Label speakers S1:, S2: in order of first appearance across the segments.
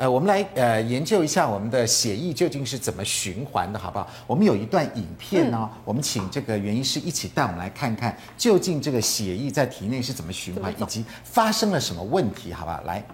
S1: 呃，我们来呃研究一下我们的血液究竟是怎么循环的，好不好？我们有一段影片呢、我们请这个袁医师一起带我们来看看，究竟这个血液在体内是怎么循环，以及发生了什么问题，好不好？来，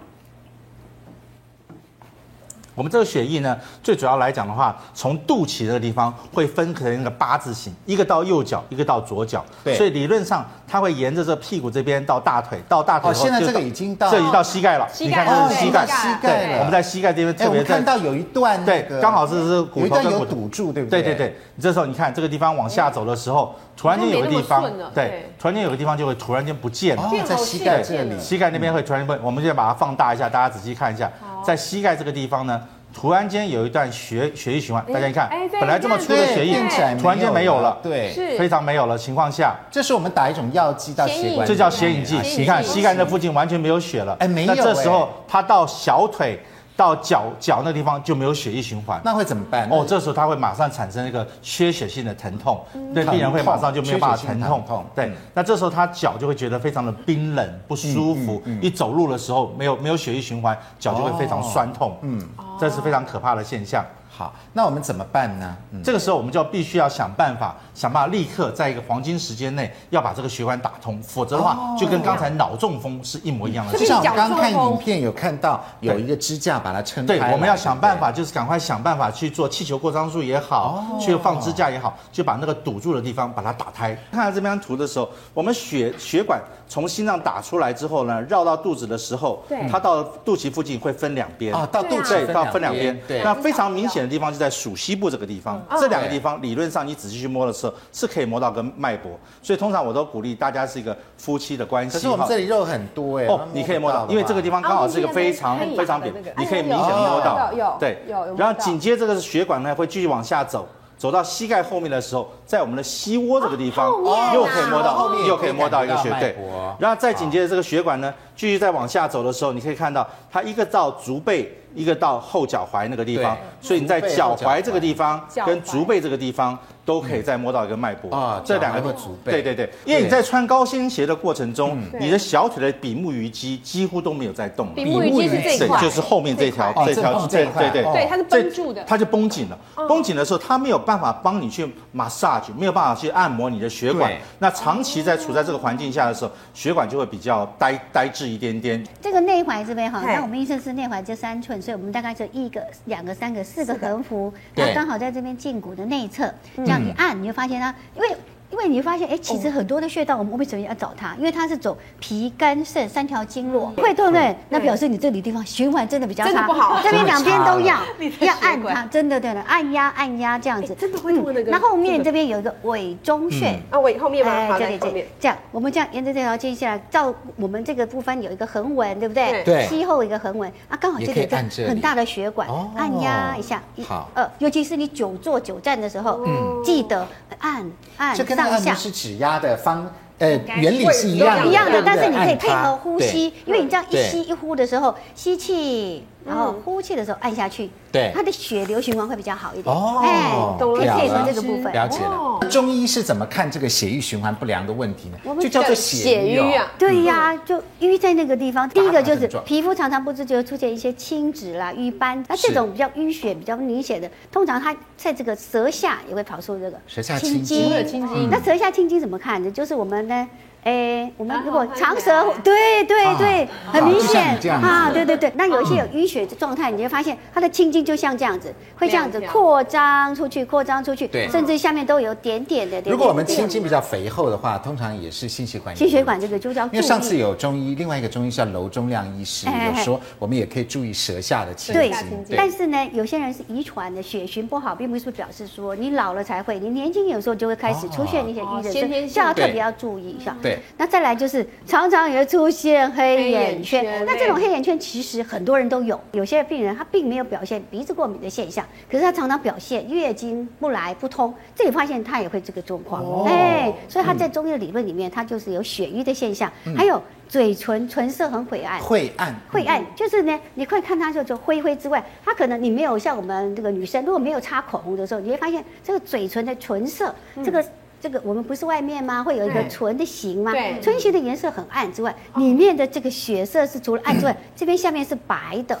S2: 我们这个血液呢，最主要来讲的话，从肚脐这个地方会分成一个八字形，一个到右脚，一个到左脚。
S1: 对
S2: 所以理论上它会沿着这屁股这边到大腿，到大腿
S1: 哦，
S2: 以后
S1: 现在
S2: 就
S1: 这个已经到哦
S2: 这已经到膝盖了，
S3: 膝
S2: 你
S3: 盖
S2: 看这
S3: 了
S2: 是
S3: 对
S2: 膝盖，
S3: 膝盖
S1: 了
S2: 对我们在膝盖这边
S1: 哎，
S2: 特
S1: 我
S2: 别
S1: 们
S2: 在
S1: 看到有一段那
S2: 对
S1: 个，
S2: 刚好是是
S1: 有
S2: 骨
S1: 一
S2: 头
S1: 段
S2: 跟
S1: 有
S2: 骨头。
S1: 堵住，对不
S2: 对
S1: 对
S2: 对对，你这时候你看这个地方往下走的时候，突然间有个地
S3: 好
S2: 方
S3: 哎像没那么顺了，
S2: 对
S3: 对，
S2: 突然间有个地方就会突然间不见了。
S1: 哦，在膝盖这里，
S2: 膝盖那边会突然不，我们就把它放大一下，大家仔细看一下，在膝盖这个地方呢，突然间有一段血血液循环，大家你看
S3: 哎，对
S2: 本来这么粗的血
S1: 对，
S2: 液
S1: 变起来，
S2: 突然间没有了，
S1: 对，
S3: 是
S2: 非常没有了情况下，
S1: 这是我们打一种药剂到血管里面，
S2: 这叫显影剂
S1: 啊
S3: 血。
S2: 你看
S3: 血
S2: 膝盖那附近完全没有血了，
S1: 哎没有
S2: 那这时候
S1: 哎
S2: 它到小腿到脚脚那地方就没有血液循环。
S1: 那会怎么办？
S2: 哦，这时候它会马上产生一个缺血性的疼痛，对病人会马上就没有办法疼
S1: 嗯缺血性
S2: 痛
S1: 疼痛。
S2: 对
S1: 嗯，
S2: 那这时候他脚就会觉得非常的冰冷、不舒服，
S1: 嗯
S2: 一走路的时候没有没有血液循环，脚就会非常酸
S1: 哦
S2: 痛。嗯，这是非常可怕的现象。
S1: 好，那我们怎么办呢？嗯，
S2: 这个时候我们就必须要想办法，想办法立刻在一个黄金时间内要把这个血管打通，否则的
S1: 哦
S2: 话就跟刚才脑中风是一模一样的
S3: 这
S1: 就是像我们
S3: 脚
S1: 刚看
S3: 中风
S4: 哦
S1: 影片有看到有一个支架把它撑开
S2: 对
S1: 来，
S2: 我们要想办法，就是赶快想办法去做气球扩张术也好，
S1: 哦
S2: 去放支架也好，就把那个堵住的地方把它打开。看到这张图的时候，我们血血管从心脏打出来之后呢，绕到肚子的时候
S3: 对，
S2: 它到肚脐附近会分两边。
S1: 啊，到肚
S3: 对啊
S1: 脐
S2: 对，到分两边。
S1: 对
S2: 那非常明显的地方就在属膝部这个地方，这两个地方理论上你仔细去摸的时候是可以摸到跟脉搏，所以通常我都鼓励大家是一个夫妻的关系。
S1: 可是我们这里肉很多哎，
S2: 哦，你可以摸到，因为这个地
S1: 方
S2: 方刚好是一个非常
S3: 啊我们
S2: 非常
S3: 可以
S2: 扁
S3: 打的那，个
S2: 你可以明显摸到
S3: 哎有有有。有
S2: 对
S3: 有有摸，到
S2: 然后紧接这个血管呢会继续往下走。走到膝盖后面的时候，在我们的膝窝这个地方
S3: 哦后面啊
S2: 又可以摸
S1: 后
S2: 到
S1: 面，
S2: 又可以摸到一个
S1: 可以
S2: 血
S1: 感觉
S2: 对
S1: 到脉搏。
S2: 然后再紧接着这个血管呢，继续再往下走的时候，你可以看到它一个到足背，一个到后脚踝那个地方，
S1: 对
S2: 所以你在
S1: 足背
S2: 脚
S1: 后脚踝嗯
S2: 踝这个地方
S3: 脚踝
S2: 跟足背这个地方都可以再摸到一个脉搏
S1: 啊
S2: 这两个
S1: 脚踝和足背
S2: 对对对，因为你在穿高跟鞋的过程中，你的小腿的比目鱼肌几乎都没有在动了。
S3: 比目鱼肌是这一块，
S2: 就是后面这一条
S1: 块哦
S2: 这条
S1: 这一块
S2: 对对
S1: 哦
S3: 对，它是绷住的，嗯
S2: 它就绷紧了。绷紧的时候，它没有办法帮你去 massage，没有办法去按摩你的血管
S1: 对。
S2: 那长期在处在这个环境下的时候，血管就会比较呆呆滞一点点。
S4: 这个内踝这边哈，
S3: 嗨
S4: 那我们医生是内踝就三寸，所以我们大概就一个、两个、三个、四个横幅，
S1: 对
S4: 那刚好在这边胫骨的内侧，
S3: 嗯
S4: 这样一按，你就发现它，因为。因为你会发现，哎，其实很多的穴道，我们为什么要找它？因为它是走脾、肝、肾三条经络，会痛的，那表示你这里地方循环真的比较差，
S3: 嗯真的不好
S4: 这边两边都要
S3: 真的差了你
S4: 要按
S3: 的血
S4: 它，
S3: 管
S4: 真的对的，按压按压这样子嗯
S3: 哎，真的会痛那个
S4: 那后面
S3: 这个
S4: 这边有一个委中穴，
S3: 啊，尾后面吗？好，
S4: 哎这
S3: 来
S4: 里
S3: 后面
S4: 这。这样，我们这样沿着这条线下来，照我们这个部分有一个横纹，对不对？
S3: 对
S1: 对
S4: 膝后一个横纹啊，刚好这
S1: 也
S4: 里
S1: 可以按这
S4: 有
S1: 里
S4: 很大的血管
S1: 哦，
S4: 按压一下，一
S1: 好嗯
S4: 二，尤其是你久坐久站的时候，记得按按
S1: 这跟那个
S4: 上
S1: 按摩
S4: 下。
S1: 师指压的方呃原理是一样的，
S4: 一样的，
S1: 对不对
S4: 但是你可以配合呼。
S1: 按
S4: 吸，因为你这样一
S1: 对
S4: 吸一呼的时候，吸气，然后
S3: 嗯
S4: 呼气的时候按下去，
S1: 对
S4: 它的血流循环会比较好一点。哎
S1: 哦懂
S4: 可以
S1: 了
S4: 配合这个部
S1: 它
S4: 分。
S1: 了解了
S3: 哦，
S1: 中医是怎么看这个血液循环不良的问题呢
S4: 我？们
S1: 就叫做血
S3: 血
S1: 瘀
S3: 瘀
S1: 哦
S3: 啊
S4: 对呀、就淤在那个地方。第一个就
S1: 打打
S4: 是
S1: 症状
S4: 皮肤常常不自觉地出现一些青紫啦、瘀斑，那
S1: 是
S4: 这种比较淤血、比较凝血的，通常它在这个舌下也会跑出这个
S1: 舌下青
S4: 青
S1: 筋嗯
S4: 筋
S1: 会有
S3: 青筋
S4: 那舌下青筋怎么看呢？就是我们呢。哎，我们如果
S3: 啊
S4: 长舌，对对对，
S1: 啊
S4: 很明
S1: 就像
S4: 显
S1: 你这样子嗯
S4: 啊，对对对。那有一些有淤血的状态，你会发现它的青筋就像这样子，会这样子
S3: 这样
S4: 扩张出去，扩张出去
S1: 对，
S4: 甚至下面都有点点的。点点
S1: 如果我们
S4: 点
S1: 青筋比较肥厚的话，通常也是心血管。
S4: 心血管这个就叫
S1: 因为上
S4: 啊注
S1: 次
S4: 意
S1: 有中医，另外一个中医叫楼中亮医师，
S4: 哎哎
S1: 有
S4: 哎
S1: 说我们也可以注意舌下的青
S4: 对
S1: 筋。，
S4: 但是呢，有些人是遗传的，血循不好，并不是表示说你老了才会，你年轻有时候就会开始出现一些
S3: 哦
S4: 淤的
S3: 先天
S4: 症，
S3: 性
S4: 这要
S1: 对
S4: 特别要注意一下。
S1: 对，
S4: 那再来就是常常也会出现黑眼
S3: 黑眼
S4: 圈
S3: 圈，
S4: 那这种黑眼圈其实很多人都有，有些病人他并没有表现鼻子过敏的现象，可是他常常表现月经不来不通，这里发现他也会这个状况，哎，所以他在中医的理论里面，他就是有血瘀的现象，还有嘴唇唇色很晦暗。
S1: 晦暗，
S4: 哎晦
S3: 嗯
S4: 暗，就是呢，你会看它就就灰灰之外，它可能你没有像我们这个女生，如果没有擦口红的时候，你会发现这个嘴唇的唇色，这个。这个我们不是外面吗？会有一个
S3: 嗯对
S4: 唇的形吗？
S3: 对哦
S4: 唇
S3: 嗯
S4: 形的颜色很暗之外，里面的这个血色是除了暗之外，这边下面是白的，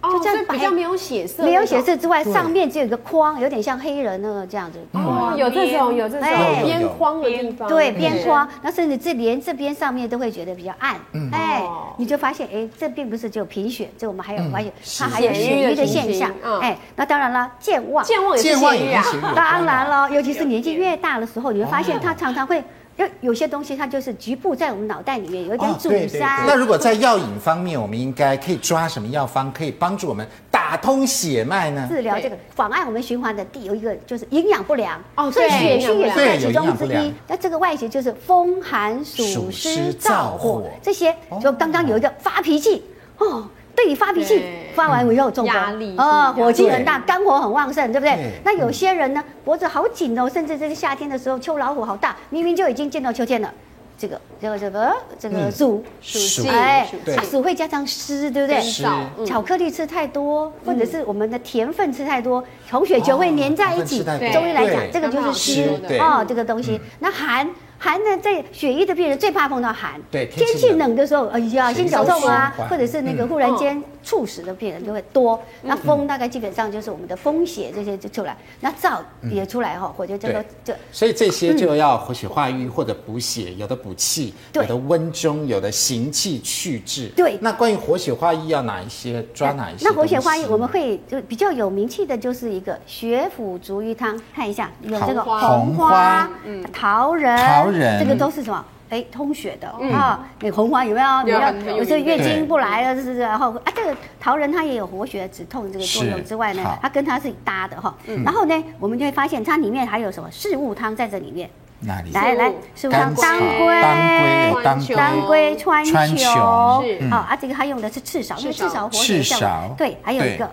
S3: 哦，
S4: 就
S3: 所
S4: 这样
S3: 以
S4: 白
S3: 比较没有血色那种，
S4: 没有血色之外，
S1: 对
S4: 上面只有一个框，有点像黑人那个这样子框。
S3: 哦，有这种有这种
S4: 哎
S3: 边框的地方，
S4: 对
S3: 嗯
S4: 边框，那甚至这连这边上面都会觉得比较暗，
S1: 嗯
S4: 哎
S3: 哦，
S4: 你就发现哎，这并不是只有贫血，这我们还有发现它
S1: 嗯是
S4: 还有血瘀的现
S3: 血瘀
S4: 象
S3: 的情形嗯，
S4: 哎，那当然了，健忘，
S3: 健忘也哦是
S1: 健忘
S3: 血瘀
S1: 也
S3: 啊
S1: 跟，血液有关
S4: 当然
S1: 了，
S4: 了，尤其是年纪越大的时候，你会发现
S1: 哦
S4: 它常常会。有有些东西它就是局部在我们脑袋里面有点
S1: 哦
S4: 阻
S1: 对对对
S4: 塞，
S1: 那如果在药引方面，我们应该可以抓什么药方可以帮助我们打通血脉呢？
S4: 治疗这个妨碍我们循环的第有一个就是营养不良
S3: 哦
S4: 所以
S3: 对
S4: 血虚也是在
S1: 对有
S4: 其
S1: 营养
S4: 中
S1: 不
S4: 之
S1: 良
S4: 一。那这个外邪就是风寒、暑
S1: 暑湿
S4: 湿、
S1: 燥
S4: 燥
S1: 火
S4: 火这些
S1: 哦，
S4: 就刚刚有一个发脾气哦。对你发脾气
S3: 对，
S4: 发完我又中风
S3: 压力
S4: 啊，
S3: 是
S4: 火气很大，
S1: 对
S4: 肝火很旺盛，对不对
S1: 对？
S4: 那有些人呢，脖子好紧哦，甚至这个夏天的时候，秋老虎好大，明明就已经见到秋天了，这个这个这个这个
S1: 嗯
S4: 暑
S1: 暑
S3: 气
S4: 哎
S3: 暑，
S1: 气
S4: 它暑会加上湿，对不对？
S1: 湿
S3: 嗯
S4: 巧克力吃太多，或者是我们的甜分吃太多，红血球会粘在一
S1: 哦
S4: 起。
S1: 糖分吃太
S3: 多
S4: 中医来讲
S1: 对，
S4: 这个就是湿
S1: 湿对
S4: 哦，这个东西。那寒寒呢，在血液的病人最怕碰到寒。
S1: 对天
S4: 天
S1: 气
S4: 气冷的时候，哎呀，
S1: 血液
S4: 心绞痛啊
S1: 循环，
S4: 或者是那个忽然间猝死的病人就会多。
S1: 嗯
S4: 那风大概基本上就是我们的风邪这些就出来，那燥也出来哈，我觉得这个就
S1: 嗯对，所以这些就要活血化瘀或者补血，有的补气，有
S4: 对
S1: 的温中，有的行气去滞。
S4: 对哎
S1: 那关于活血化瘀要哪一些抓哪一些东西？
S4: 那活血化瘀我们会就比较有名气的，就是一个血府逐瘀汤，看一下有这个
S1: 红花
S4: 红花、桃仁，
S1: 桃仁
S4: 这个都是什么？哎，通血的啊，那红花有没有？
S3: 有很
S4: 没
S3: 有
S4: 有时候
S3: 名
S4: 月
S1: 对
S4: 经不来了，是不是？然后啊，这个桃仁它也有活血止痛这个作
S1: 是
S4: 用之外呢
S1: 好，
S4: 它跟它是搭的哈。然后呢，我们就会发现它里面还有什么四物汤在这里面。
S1: 哪里？
S4: 来来，四物汤，当归。
S1: 当归，
S3: 当归
S4: 当归、川穹，
S1: 川穹
S3: 是
S4: 好啊，这个它用的是赤芍，因为
S3: 赤
S4: 赤
S3: 芍
S4: 芍活
S1: 赤
S4: 血效
S1: 芍
S4: 果。对，还有一个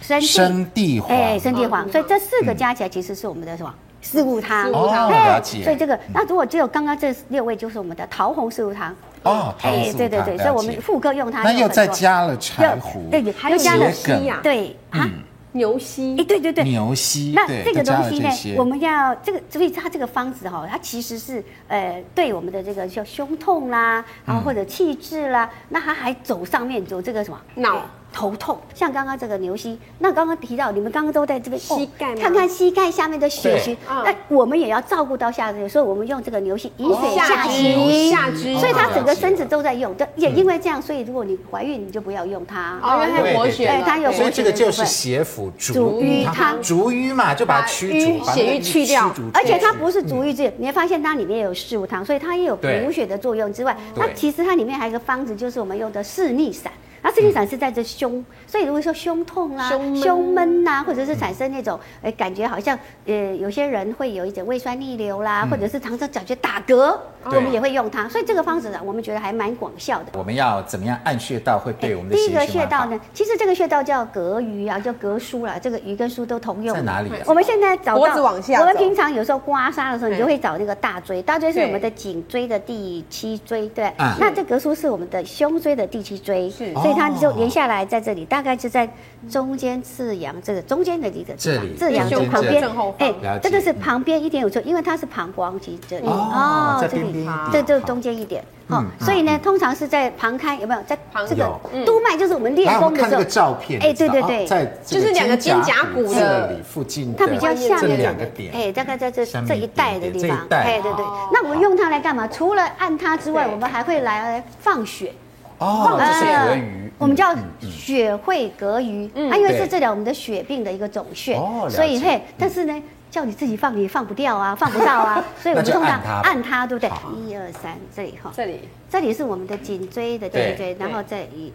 S4: 生
S1: 生
S4: 地，
S1: 地黄，
S4: 哎，生地
S3: 嗯
S4: 黄，所以这四个加起来其实是我们的什么？四物汤
S3: 四物汤
S1: 哦
S4: 哎
S1: 了解
S4: 所以这个，那如果只有刚刚这六位，就是我们的桃红四物汤。哎
S1: 哦桃红四物汤
S4: 对对
S1: 了
S4: 对，
S1: 解
S4: 所以我们妇科用它
S1: 那
S4: 有
S1: 又
S4: 很
S1: 再
S4: 多
S1: 加了柴
S4: 又
S1: 胡，
S4: 对，
S3: 还
S4: 又
S3: 有
S1: 血
S4: 加了
S3: 牛
S1: 梗
S3: 膝呀，
S4: 对啊，
S1: 嗯
S3: 牛
S4: 哎，
S3: 膝，
S4: 对对对，
S1: 牛膝，
S4: 那
S1: 对
S4: 这个
S1: 再加
S4: 东
S1: 了
S4: 西
S1: 这
S4: 呢
S1: 些，
S4: 我们要这个，所以它这个方子哈、它其实是呃对我们的这个叫胸痛啦，然后
S1: 嗯
S4: 或者气滞啦，那它还走上面走这个什么
S3: 脑
S4: 哎头痛，像刚刚这个牛膝，那刚刚提到你们刚刚都在这边哦
S3: 膝盖吗
S4: 看看膝盖下面的血
S1: 对
S4: 虚，
S3: 嗯
S4: 那我们也要照顾到下肢，所以我们用这个牛膝以水
S3: 下
S4: 下
S3: 肢
S4: 行。
S3: 下肢，
S4: 所以它
S1: 哦
S4: 整个身子都在用，对，
S1: 嗯
S4: 也因为这样，所以如果你怀孕，你就不要用它。
S3: 哦，因为它活血了，
S4: 对它有
S1: 所以
S4: 活
S1: 这
S4: 血
S1: 个
S4: 的
S1: 就
S4: 部
S1: 是
S4: 分
S1: 血府逐
S4: 逐
S1: 瘀
S4: 瘀
S1: 汤，
S4: 汤
S1: 逐瘀嘛，就把它
S3: 把
S1: 驱
S3: 瘀
S1: 逐，把
S3: 血
S1: 那个
S3: 瘀去掉
S1: 驱逐
S4: 而且它
S1: 出去
S4: 不是足浴剂，你会发现它里面有四物汤，所以它也有补
S1: 嗯对
S4: 血的作用之外，
S1: 对
S4: 它其实它里面还有一个方子，就是我们用的四逆散。那四逆散是在这胸，所以如果说胸痛啦、
S3: 胸闷
S4: 胸闷呐、或者
S1: 嗯
S4: 是产生那种诶、感觉好像呃有些人会有一点胃酸逆流啦，或者是常常感觉打嗝，
S1: 嗯对
S4: 我们也会用它。所以这个方子呢，啊我们觉得还蛮广效的。
S1: 我们要怎么样按穴道会对我们的
S4: 哎第一个
S1: 循
S4: 穴
S1: 环
S4: 道
S1: 好
S4: 呢，其实这个穴道叫隔俞啊，叫隔腧啦，这个俞跟腧都同用。
S1: 在哪里啊
S4: 我们现在找到
S5: 脖子往下
S4: 我们
S5: 走
S4: 平常有时候刮痧的时候，你
S3: 对
S4: 就会找那个大椎，大椎是
S5: 对
S4: 我们的颈椎的第七椎，对
S1: 嗯。
S4: 那这隔腧是我们的胸椎的第七椎，
S5: 是
S4: 所以它
S1: 哦
S4: 就连下来在这里，大概就在中间刺阳这个中间的一个
S1: 这
S4: 地
S1: 里
S4: 方，刺阳
S1: 中
S4: 的
S1: 间这
S4: 旁
S1: 里
S4: 边哎
S3: 正后，方
S1: 了解
S4: 这个是旁边一点有错，因为它是膀胱肌这里
S1: 哦在
S4: 这
S1: 边边
S4: 里
S1: 一点
S4: 这这
S1: 好
S4: 中间一点，好
S1: 嗯，
S4: 所以呢，通常是在旁开有没有在
S3: 旁
S4: 这个
S1: 有
S4: 督脉就是我们练
S1: 来，我
S4: 功
S1: 们
S4: 的时
S1: 看这个
S4: 候，
S1: 照片，
S4: 哎，对对
S1: 哦
S4: 对，
S1: 在这
S3: 就是两个肩胛骨
S1: 肩胛
S3: 的
S1: 这里附近的，
S4: 它比较下
S1: 这
S4: 面
S1: 两个点，
S4: 哎，大概在这
S1: 下面
S4: 这一带的地
S1: 一点点
S4: 方
S1: 这一，带
S4: 哎，对对
S3: 哦。
S4: 那我们用它来干嘛？除了按它之外，
S3: 对
S4: 我们还会来放血。
S1: 哦，这是
S4: 哎
S1: 隔鱼，
S4: 我们
S1: 嗯
S4: 叫血会隔瘀，
S3: 嗯
S4: 它因为是治疗我们的血病的一个种穴
S1: 哦了，解
S4: 所以嘿，但是呢，叫你自己放你也放不掉啊，放不 到啊，所以我们通
S1: 那就
S4: 常
S1: 按它吧
S4: 按它，对不对
S1: 好？
S4: 一二三，这里哈，
S3: 这里
S4: 这里是我们的颈椎的
S1: 对
S4: 颈椎，然后这里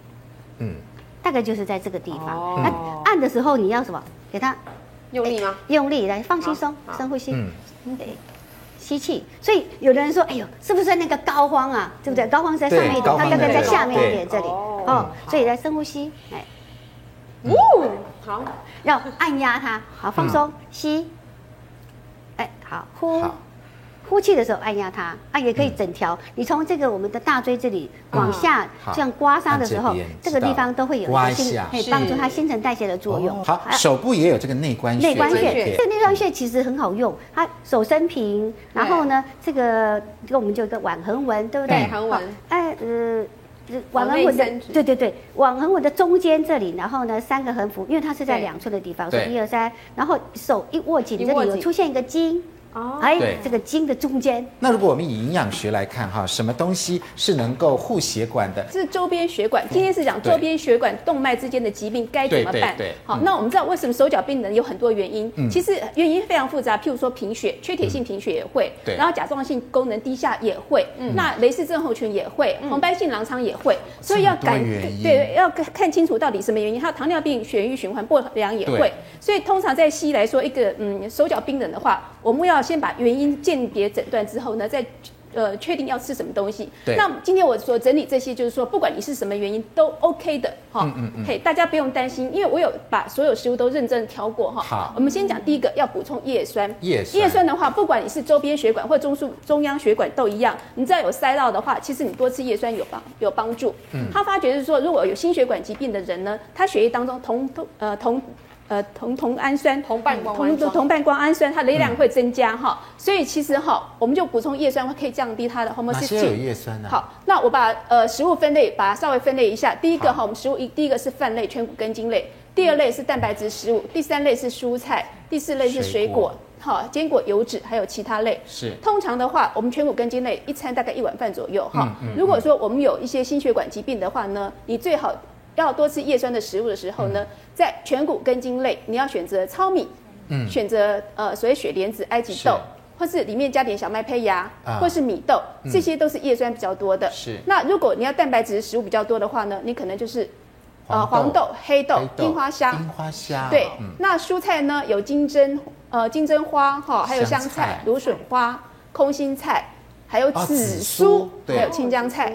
S1: 嗯，
S4: 大概就是在这个地方。
S3: 哦
S4: 那按的时候你要什么？给它
S3: 用力吗？
S4: 用力来放轻松
S3: 好，好
S4: 深呼吸，
S1: 嗯
S4: 对，吸气。所以有的人说，哎呦，是不是那个膏肓啊？对不对？膏肓在上面一
S1: 对膏肓
S4: 点，它大概在
S1: 在
S4: 下面一点
S3: 这
S4: 这
S3: 里
S4: 里，
S3: 嗯哦
S4: 哦，所以来深呼吸，哎，
S3: 哦，好，
S4: 要按压它，好，放松，吸，哎，好，呼
S1: 嗯好。嗯
S4: 呼气的时候按压它，啊，也可以整条。你从这个我们的大椎这里往下，
S1: 好
S4: 这样刮痧的时
S1: 按
S4: 候
S1: 这边，
S4: 这个地
S1: 知道
S4: 方都会有一
S1: 刮
S4: 个
S1: 一
S4: 新
S1: 下，
S4: 可
S3: 是
S4: 以帮助它新陈代谢的作用
S1: 哦。好，
S4: 还有
S1: 手部也有这个内关穴，
S4: 内关
S1: 这
S3: 内
S1: 个
S3: 关
S1: 也
S3: 穴
S4: 穴，
S1: 可
S4: 这
S1: 以
S4: 内关穴其实很好用，它手伸平，然后呢，这个这个我们就有一个腕横纹，对不对？
S3: 对横纹
S4: 好哎呃，网
S3: 内
S4: 横纹的
S3: 三指
S4: 对对对，网横纹的中间这里，然后呢三个横幅，因为它是在
S3: 对
S4: 两寸的地方，所
S1: 对
S4: 以一二三，然后手一握紧，
S3: 一
S4: 这
S3: 握
S4: 里有
S3: 紧
S4: 出现一个筋，
S3: 哦，
S4: 哎
S1: 对，
S4: 这个筋的中间，
S1: 那如果我们以营养学来看哈，什么东西是能够护血管的？嗯
S3: 这是周边血管，今天是讲
S1: 对
S3: 周边血管动脉之间的疾病该怎么办
S1: 对对嗯对？
S3: 好，那我们知道为什么手脚冰冷有很多原因，其实原因非常复杂，譬如说贫血、缺铁性贫血也会
S1: 嗯对，嗯
S3: 然后甲状腺功能低下也会，嗯那雷氏症候群也会，红斑性狼疮也会，所以要
S1: 这么
S3: 感
S1: 多原因
S3: 对要看清楚到底什么原因，还有糖尿病、血液循环不良也
S1: 对
S3: 会。所以通常在西医来说，一个嗯手脚冰冷的话，我们要先把原因鉴别诊断之后呢，再呃确定要吃什么东西。
S1: 对
S3: 那今天我所整理这些，就是说不管你是什么原因都 OK 的哈。
S1: 嗯
S3: 嘿，大家不用担心，因为我有把所有食物都认真挑过哈。
S1: 好
S3: 我们先讲第一个要补充叶酸。
S1: 叶酸
S3: 叶酸的话，不管你是周边血管或中枢中央血管都一样，你只要有塞到的话，其实你多吃叶酸有帮有帮助。他发觉是说，如果有心血管疾病的人呢，他血液当中同同呃同。呃，同同氨酸、
S5: 同伴胱氨
S3: 同
S5: 酸
S3: 同伴胱氨酸，它的量会增加哈、所以其实哈，我们就补充叶酸，会可以降低它的 homocysteine。
S1: 哪些有叶酸呢、啊？，
S3: 好，那我把呃食物分类，把它稍微分类一下。第一个
S1: 好
S3: 哈，我们食物一第一个是饭类、全谷根茎类；第二类是蛋白质食物；第三类是蔬菜；第四类是
S1: 水
S3: 水
S1: 果
S3: 果，好，坚果、油脂还有其他类。
S1: 是
S3: 通常的话，我们全谷根茎类一餐大概一碗饭左右哈。
S1: 嗯
S3: 如果说我们有一些心血管疾病的话呢，你最好要多吃叶酸的食物的时候
S1: 嗯
S3: 呢，在全谷根茎类，你要选择糙米，选择呃所谓雪莲子、埃及
S1: 嗯是
S3: 豆。或是里面加点小麦胚芽，
S1: 啊
S3: 或是米豆，这些都是叶酸比较多的。
S1: 是
S3: 那如果你要蛋白质食物比较多的话呢，你可能就是呃
S1: 黄
S3: 黄
S1: 豆
S3: 豆、黑豆
S1: 黑、豆
S3: 樱花虾。
S1: 樱花虾，
S3: 对
S1: 嗯，
S3: 那蔬菜呢有金针，呃，金针花哈，还有
S1: 香
S3: 香
S1: 菜
S3: 菜、芦笋花、空心菜，还有
S1: 哦紫
S3: 紫
S1: 苏
S3: 苏，
S1: 对嗯
S3: 还有青江菜。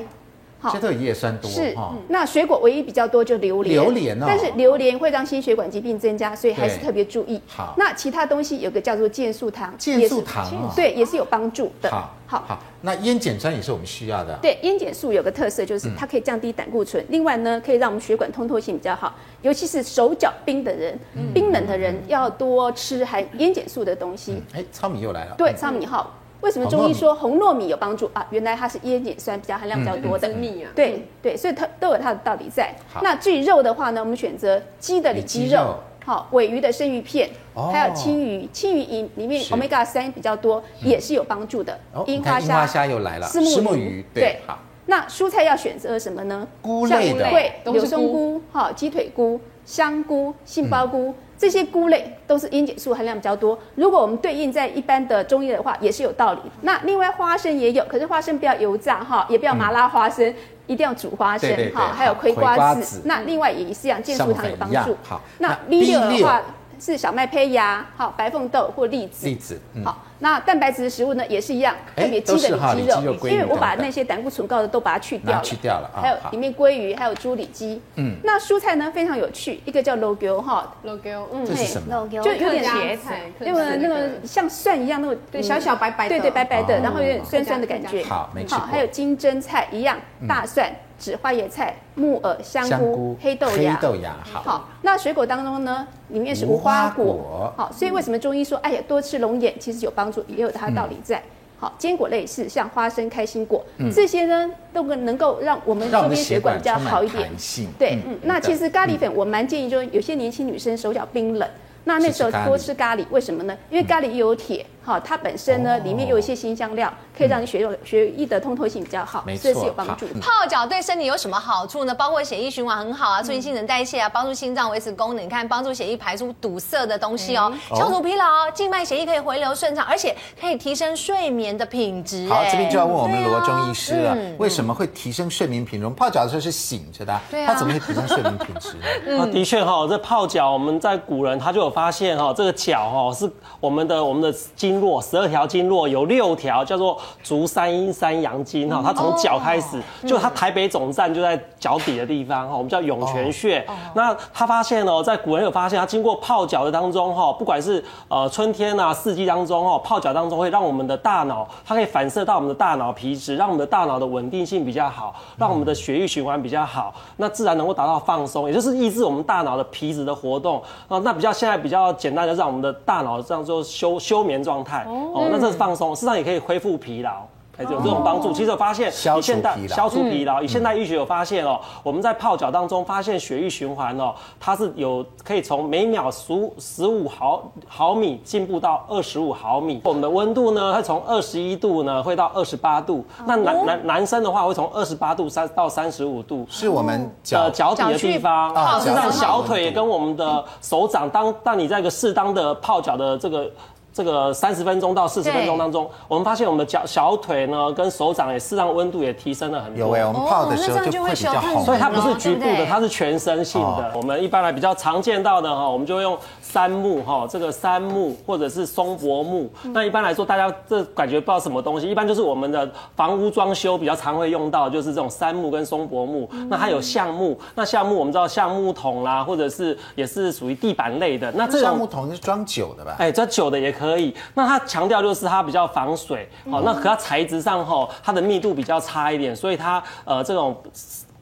S1: 这都有叶酸多
S3: 是嗯
S1: 哈。，
S3: 那水果唯一比较多就榴莲，
S1: 榴莲哦
S3: 但是榴莲会让心血管疾病增加，所以还是
S1: 对
S3: 特别注意。
S1: 好
S3: 那其他东西有个叫做健素糖，
S1: 健素糖
S3: 也是
S1: 哦
S3: 对，也是有帮助的。
S1: 好，
S3: 好，
S1: 好，那烟碱酸也是我们需要的。啊
S3: 对，烟碱素有个特色
S1: 嗯
S3: 就是它可以降低胆固醇，另外呢可以让我们血管通透性比较好，尤其是手脚冰的人、
S1: 嗯
S3: 冰冷的人要多吃含烟碱素的东西。
S1: 嗯，哎，糙米又来了。
S3: 对，
S1: 嗯
S3: 糙米好。为什么
S1: 红
S3: 中
S1: 糯
S3: 医
S1: 米
S3: 说红糯米有帮助啊？原来它是烟碱酸比较含量比较多的，
S5: 嗯嗯嗯嗯嗯
S3: 对对，所以它都有它的道理在
S1: 好。
S3: 那至于肉的话呢，我们选择鸡的里
S1: 里
S3: 脊
S1: 脊肉
S3: 肉，好，尾鱼的生鱼片，
S1: 哦
S3: 还有青鱼，青鱼里里面
S1: 是嗯
S3: omega 三比较多，也是有帮助的
S1: 哦。你看樱花虾又来了，
S3: 丝木鱼
S1: 对
S3: 对，
S1: 好，
S3: 那蔬菜要选择什么呢？
S1: 菇
S3: 像
S1: 类的
S3: 对，
S5: 都是
S3: 柳
S5: 菇
S3: 松菇、哈鸡腿菇、香菇、杏鲍菇、
S1: 嗯
S3: 这些菇类都是烟碱素含量比较多。如果我们对应在一般的中医的话，也是有道理。那另外花生也有，可是花生不要油炸哈，也不要麻辣花生，一定要煮花
S1: 嗯
S3: 生
S1: 对对对
S3: 哈，还有葵
S1: 葵瓜
S3: 瓜
S1: 子
S3: 子。那另外也是一样，健
S1: 像
S3: 素
S1: 我
S3: 糖有帮
S1: 们一样
S3: 助。
S1: 好
S3: 那
S1: 那
S3: B 六的
S1: B6
S3: 话是小麦胚芽、好白凤豆或栗子。
S1: 栗子，嗯，
S3: 好，那蛋白质的食物呢也是一样，
S1: 哎
S3: 特别鸡的
S1: 都是哈
S3: 里
S1: 里
S3: 脊
S1: 脊肉
S3: 肉，
S1: 鲑鱼
S3: 因为我把
S1: 等等
S3: 那些胆固醇高的都把它去掉
S1: 拿
S3: 了，
S1: 去掉了啊
S3: 还有
S1: 好
S3: 里面鲑鱼，还有猪里脊。嗯，那蔬菜呢非常有趣，一个叫 logo 哈，
S5: logo，嗯
S1: 这，是什么？
S4: 就
S3: 就有点
S5: 客家
S3: 茄
S5: 菜
S3: 那个
S5: 客家
S3: 那
S5: 那
S3: 个像蒜一样那个
S5: 对小小白白的
S3: 对对白白的
S1: 哦，
S3: 然后有点酸酸的感觉。
S1: 客家好没吃过嗯
S3: 好，还有金针菜一样，大蒜、紫花椰菜、木耳、香菇、黑豆芽
S1: 黑。豆芽，好，
S3: 好，那水果当中呢，里面是无
S1: 无
S3: 花果。
S1: 花果
S3: 好，所以为什么中医说，哎呀，多吃龙眼其实有帮助，也有它的
S1: 嗯
S3: 道理在。好，坚果类是像花生、开心果，这些呢都能够让我们
S1: 让我
S3: 周
S1: 们
S3: 边
S1: 血
S3: 血
S1: 管
S3: 管比较
S1: 充
S3: 好
S1: 满
S3: 一点
S1: 弹。性。
S3: 对，
S1: 嗯
S3: 嗯，那其实咖喱粉我蛮建议，就是有些年轻女生手脚冰冷，那那时候
S1: 吃吃咖喱嗯
S3: 多吃咖喱，为什么呢？因为咖喱又有铁，好，它本身
S1: 哦嗯
S3: 呢里面有一些新香料，可以让你血肉血液的通透性比较好
S1: 没，
S3: 所以
S1: 错
S3: 是有帮
S1: 好嗯
S3: 助的。
S5: 泡脚对身体有什么好处呢？包括血液循环很好
S1: 嗯
S5: 啊，促进新陈代谢啊，帮助心脏维持功能，你看帮助血液排出堵塞的东西哦，
S1: 嗯
S5: 消除疲劳，静脉血液可以回流顺畅，而且可以提升睡眠的品质。
S1: 好，
S5: 哎
S1: 这边就要问我们
S5: 对啊
S1: 罗中医师了，
S5: 嗯
S1: 为什么会提升睡眠品质？我们泡脚的时候是醒着的啊，
S5: 对啊
S1: 它怎么会提升睡眠品 质呢？
S6: 那啊的确哈，这泡脚我们在古人他就有发现哈，这个脚哈是我们的我们的经络，十二条经络有六条叫做足三阴三阳经哈，它从脚开始，就它台北总站就在脚底的地方哈，我们叫涌泉穴。那他发现哦，在古人有发现，他经过泡脚的当中哈，不管是呃春天啊四季当中哈，泡脚当中会让我们的大脑，它可以反射到我们的大脑皮质，让我们的大脑的稳定性比较好，
S1: 嗯
S6: 让我们的血液循环比较好，那自然能够达到放松，也就是抑制我们大脑的皮质的活动啊。那比较现在比较简单，就是
S1: 哦
S6: 让我们的大脑这样做休休眠状态哦那这是放松，事实上也可以恢复疲劳。哎，有这种帮助。其实有发现，
S1: 消除
S6: 以现代
S1: 疲劳
S6: 消除疲劳，以现代医学有发现哦，我们在泡脚当中发现血液循环哦，它是有可以从每秒十五十五毫毫米进步到二十五毫米。我们的温度呢，它从二十一度呢会到二十八度。
S1: 哦
S6: 那男男男生的话会从二十八度三到三十五度。
S1: 是我们
S6: 呃
S1: 脚
S6: 脚底的地方，
S1: 脚
S6: 啊
S1: 具
S6: 事实
S1: 啊
S6: 上
S1: 脚
S6: 小
S1: 底
S6: 腿跟我们的手掌，当当你在一个适当的泡脚的这个。这个三十分钟到四十分钟当中，我们发现我们的脚小腿呢跟手掌也适当温度也提升了很
S1: 有
S6: 多
S1: 哎、。我们泡的时
S5: 哦那这
S1: 候
S5: 样
S1: 就
S5: 就
S1: 会
S5: 会
S1: 比较
S5: 小
S1: 红，
S5: 汗
S6: 所以它不是局部
S5: 对不
S6: 的，
S5: 对
S6: 它是全身性的。我们一般来比较常见到的哈，我们就用杉木哈，这个杉木或者是松柏木。那一般来说，大家这感觉不知道什么东西，一般就是我们的房屋装修比较常会用到，就是这种杉木跟松柏木。那还有橡木，那橡木我们知道橡木桶啦，或者是也是属于地板类的。那这
S1: 橡
S6: 种
S1: 木桶是装酒的吧？
S6: 哎，这酒的也可以。那它强调就是它比较防水，哦，那可它材质上吼、它的密度比较差一点，所以它呃这种。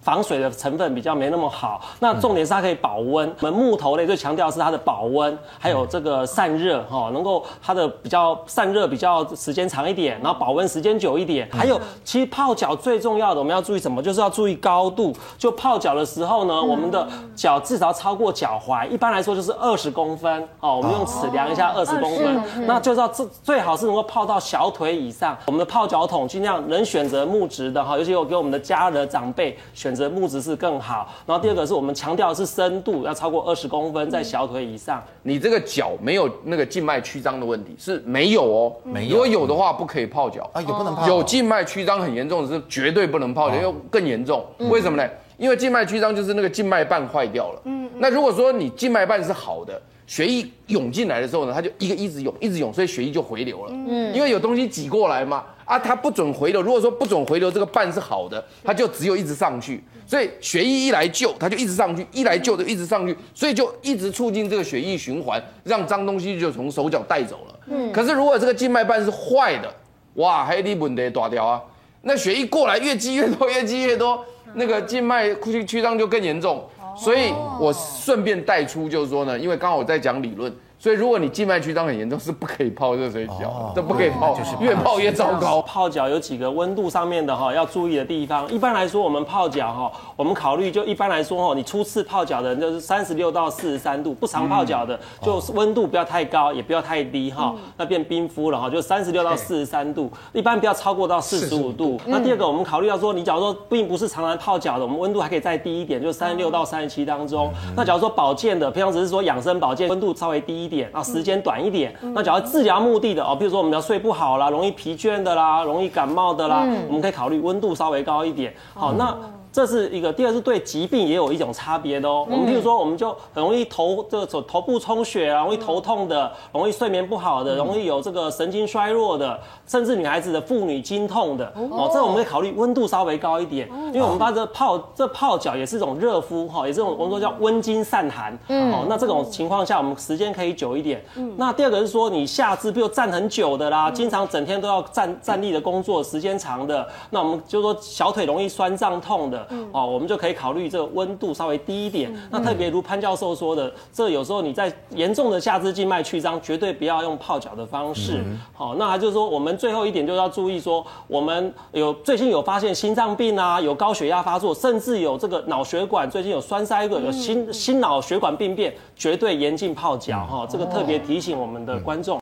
S6: 防水的成分比较没那么好，那重点是它可以保温。我们木头类最强调是它的保温，还有这个散热哈、哦，能够它的比较散热比较时间长一点，然后保温时间久一点。还有，其实泡脚最重要的我们要注意什么？就是要注意高度。就泡脚的时候呢，我们的脚至少超过脚踝，一般来说就是二十公分哦。我们用尺量一下二十公分，那就是要最最好是能够泡到小腿以上。我们的泡脚桶尽量能选择木质的哈，尤其我给我们的家人的长辈选择木质是更好。然后第二个是我们强调的是深度要超过二十公分在小腿以上。
S7: 你这个脚没有那个静脉曲张的问题，是没有哦。
S1: 没有
S7: 如果有的话，不可以泡脚。
S1: 啊，也啊不
S6: 哦
S1: 能泡。
S7: 有静脉曲张很严重的是绝对不能泡脚，又更严重。
S1: 嗯
S7: 为什么呢？因为静脉曲张就是那个静脉瓣坏掉了。嗯，那如果说你静脉瓣是好的，血液涌进来的时候呢，它就一个一直涌，一直涌，所以血液就回流了。嗯，因为有东西挤过来嘛。啊，它不准回流。如果说不准回流，这个瓣是好的，它就只有一直上去。所以血液一来救，它就一直上去；一来救就一直上去，所以就一直促进这个血液循环，让脏东西就从手脚带走了。嗯，可是如果这个静脉瓣是坏的，哇，还有你问题大条啊！那血一过来，越积越多，越积越多，那个静脉曲曲张就更严重。所以我顺便带出，就是说呢，因为刚好我在讲理论，所以如果你静脉曲张很严重，是不可以泡热水
S1: 哦
S7: 脚，这不可以泡，
S1: 就是
S7: 越泡越糟糕。
S6: 哦泡脚有几个温度上面的哈要注意的地方。一般来说，我们泡脚哈，我们考虑就一般来说哈，你初次泡脚的人就是三十六到四十三度，不常泡脚的就是温度不要太高，也不要太低哈，那变冰敷了哈，就三十六到四十三度，一般不要超过到四十五度。嗯那第二个，我们考虑到说，你假如说并不是常常泡脚的，我们温度还可以再低一点，就三十六到三十七当中。那假如说保健的，平常只是说养生保健，温度稍微低一点，啊，时间短一点。那假如治疗目的的哦，比如说我们要睡不好啦，容易疲倦的啦，容易感冒的啦，我们可以考虑温度稍微高一点。好，那。这是一个，第二是对疾病也有一种差别的哦。我们譬如说，我们就很容易头这个头头部充血啊，容易头痛的，容易睡眠不好的，容易有这个神经衰弱的，甚至女孩子的妇女经痛的哦。这我们可以考虑温度稍微高一点，因为我们把这泡这泡脚也是一种热敷哈，也是一种我们说叫温经散寒哦。那这种情况下，我们时间可以久一点。那第二个是说，你下肢比如站很久的啦，经常整天都要站站立的工作，时间长的，那我们就说小腿容易酸胀痛的、哦，我们就可以考虑这个温度稍微低一点。那特别如潘教授说的，这有时候你在严重的下肢静脉曲张，绝对不要用泡脚的方式。好、那还就是说我们最后一点就是要注意说，我们有最近有发现心脏病啊，有高血压发作，甚至有这个脑血管最近有栓塞过，有心心脑血管病变，绝对严禁泡脚哈、这个特别提醒我们的观众。